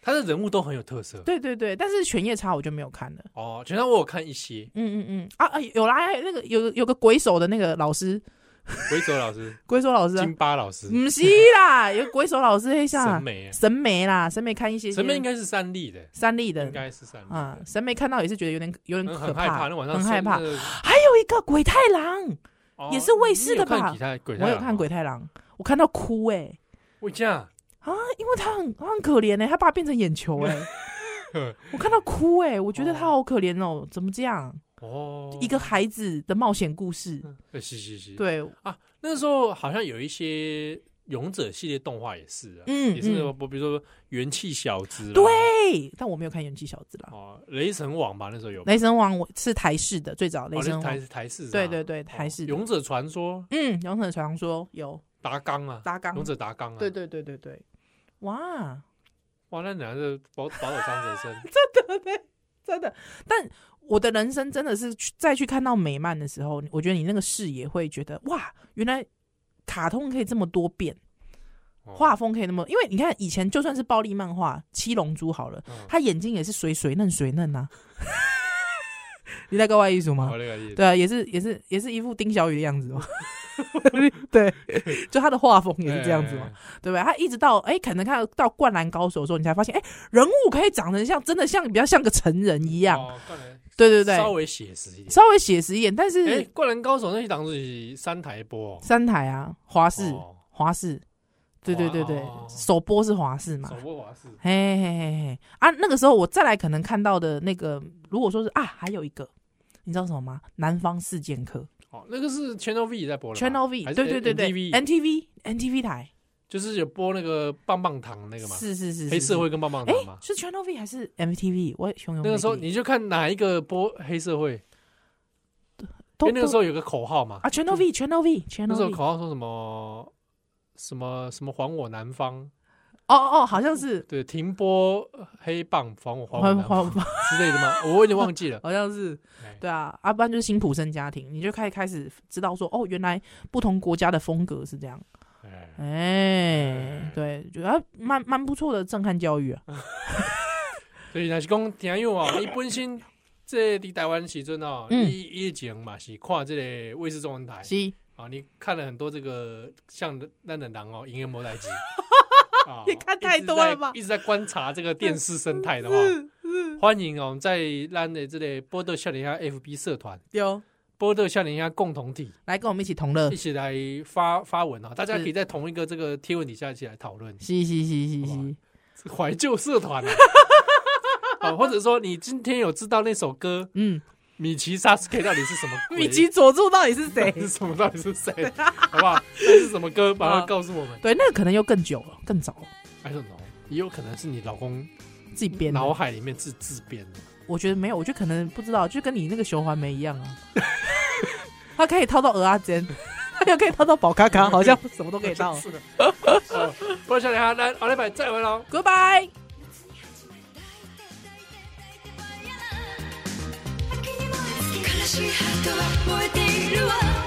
她的人物都很有特色。
对对对，但是犬夜叉我就没有看了。，
哦，全然我有看一些
嗯嗯嗯啊啊有啦，还有那个有有个鬼手的那个老师，
鬼手老师、
鬼手老师、啊
金，巴老师、
不是啦，有鬼手老师黑下
神美啊，
审美啦，审美看一些些
神美应该是三立的，
三立的
应该是三立
啊
的，，
审美看到也是觉得有点有点
嗯
可
很害怕。那晚上
很害怕。
真的
还有一个鬼太郎，
哦
也是卫视的吧
你有看鬼太鬼太啊
我
郎
有看，鬼太郎，我看到哭哎、
我这样
啊，因为他很他很可怜哎、他爸变成眼球
(laughs)
哎、我看到哭哎、我觉得他好可怜哦、怎么这样？
哦，
一个孩子的冒险故事，
呃，是是是，
对，
啊，那时候好像有一些勇者系列动画也是啊，
嗯
也是
嗯
我比如说元气小子啦，
对，但我没有看《元气小子》啦，
哦，雷神王吧，那时候有
雷神王》我是台式的，最早《雷
哦
神
那
王
是》台台式，
对对对，
哦，
台式的。
勇者传说
嗯，《勇者传说》有
达纲啊，
达纲
勇，者达纲啊，
对对对对对，哇，
哇，那男的保 (laughs) 保守张哲生，
(laughs) 真的。但我的人生真的是去再去看到美漫的时候，我觉得你那个视野会觉得哇，原来卡通可以这么多变，
哦
画风可以那么……因为你看以前就算是暴力漫画《七龙珠》好了，
嗯
他眼睛也是水水嫩水嫩呐、 (laughs) 你在搞外艺术吗
我？哦那个意思
对啊，也是也是也是一副丁小雨的样子嘛。 (laughs) 对，就他的画风也是这样子
哎
嘛，？对不对？他一直到哎、可能看到《灌篮高手》的时候，你才发现，哎、人物可以长成像真的像比较像个成人一
这
样。
样，灌篮
对对对，
哦稍微写实一点。
稍微写实一点，但是、
哎，灌篮高手那一档是三台播哦，
三台啊，华视、
哦
华视，对对对对，
哦
首播是华视嘛
首，播华视
嘿嘿嘿嘿啊，那个时候我再来可能看到的那个，如果说是啊，还有一个。你知道什么吗？南方四剑客
哦，那个是 Channel V 在播的吧
，Channel V，
还是
对对对对
NTV
，NTV，NTV 台，
就是有播那个棒棒糖那个嘛，
是是是，
黑社
会。
会跟棒棒
哎
糖嘛，。
是 Channel V 还是 MTV？我熊熊
那个时候你就看哪一个播黑社会，因
都
哎为那个时候有个口号嘛，
啊，Channel V，Channel
那时候
V，Channel V，
口号说什么什么什么还我南方，
哦哦，好像是，
对，停播呃黑棒还我还我
还
南
还
方之类的嘛，我有点忘记了。
(laughs) 好像是，
哎
对啊，啊，不然就是辛普森家庭，你就开开始知道说，哦，原来不同国家的风格是这样，
哎，
哎、对，觉得蛮蛮不错的震撼教育啊，
哎所以若是讲听友哦，伊本身这伫台湾时阵哦，
嗯
伊伊以前嘛是看这个卫视中文台
是，
啊，你看了很多这个像那的狼哦，营业摩代
(laughs)
机。啊
你看太多了吧
一直在一直在观察这个电视生态的话，欢迎哦，在咱的这类波特笑脸下 FB 社团，
有
波特笑脸下共同体
来跟我们一起同乐
一，起来发发文啊，大家
是
可以在同一个这个贴文底下一起来讨论
是是是是是，
怀旧社团啊，
(laughs)
啊，或者说你今天有知道那首歌
嗯，
米奇萨斯 K 到底是
(laughs)
什么鬼？
米奇佐助到底是谁
(laughs) 到？底是什么？到底是谁？好不好？那是什么歌？马
嗯
上告诉我们。
对，那个可能又更久了，更早了，
I don't know，也有可能是你老公
自己编的，
脑海里面自自编的。
我觉得没有，我觉得可能不知道，就跟你那个熊环梅一样啊， (laughs) 他可以套到鹅阿珍， (laughs) 他又可以套到宝
(laughs)
咖咖，好像什么都可以套。
是啊的。好波特笑脸下，来，哦好，礼拜再回喽。
Goodbye。
悲しいハートは燃えているわ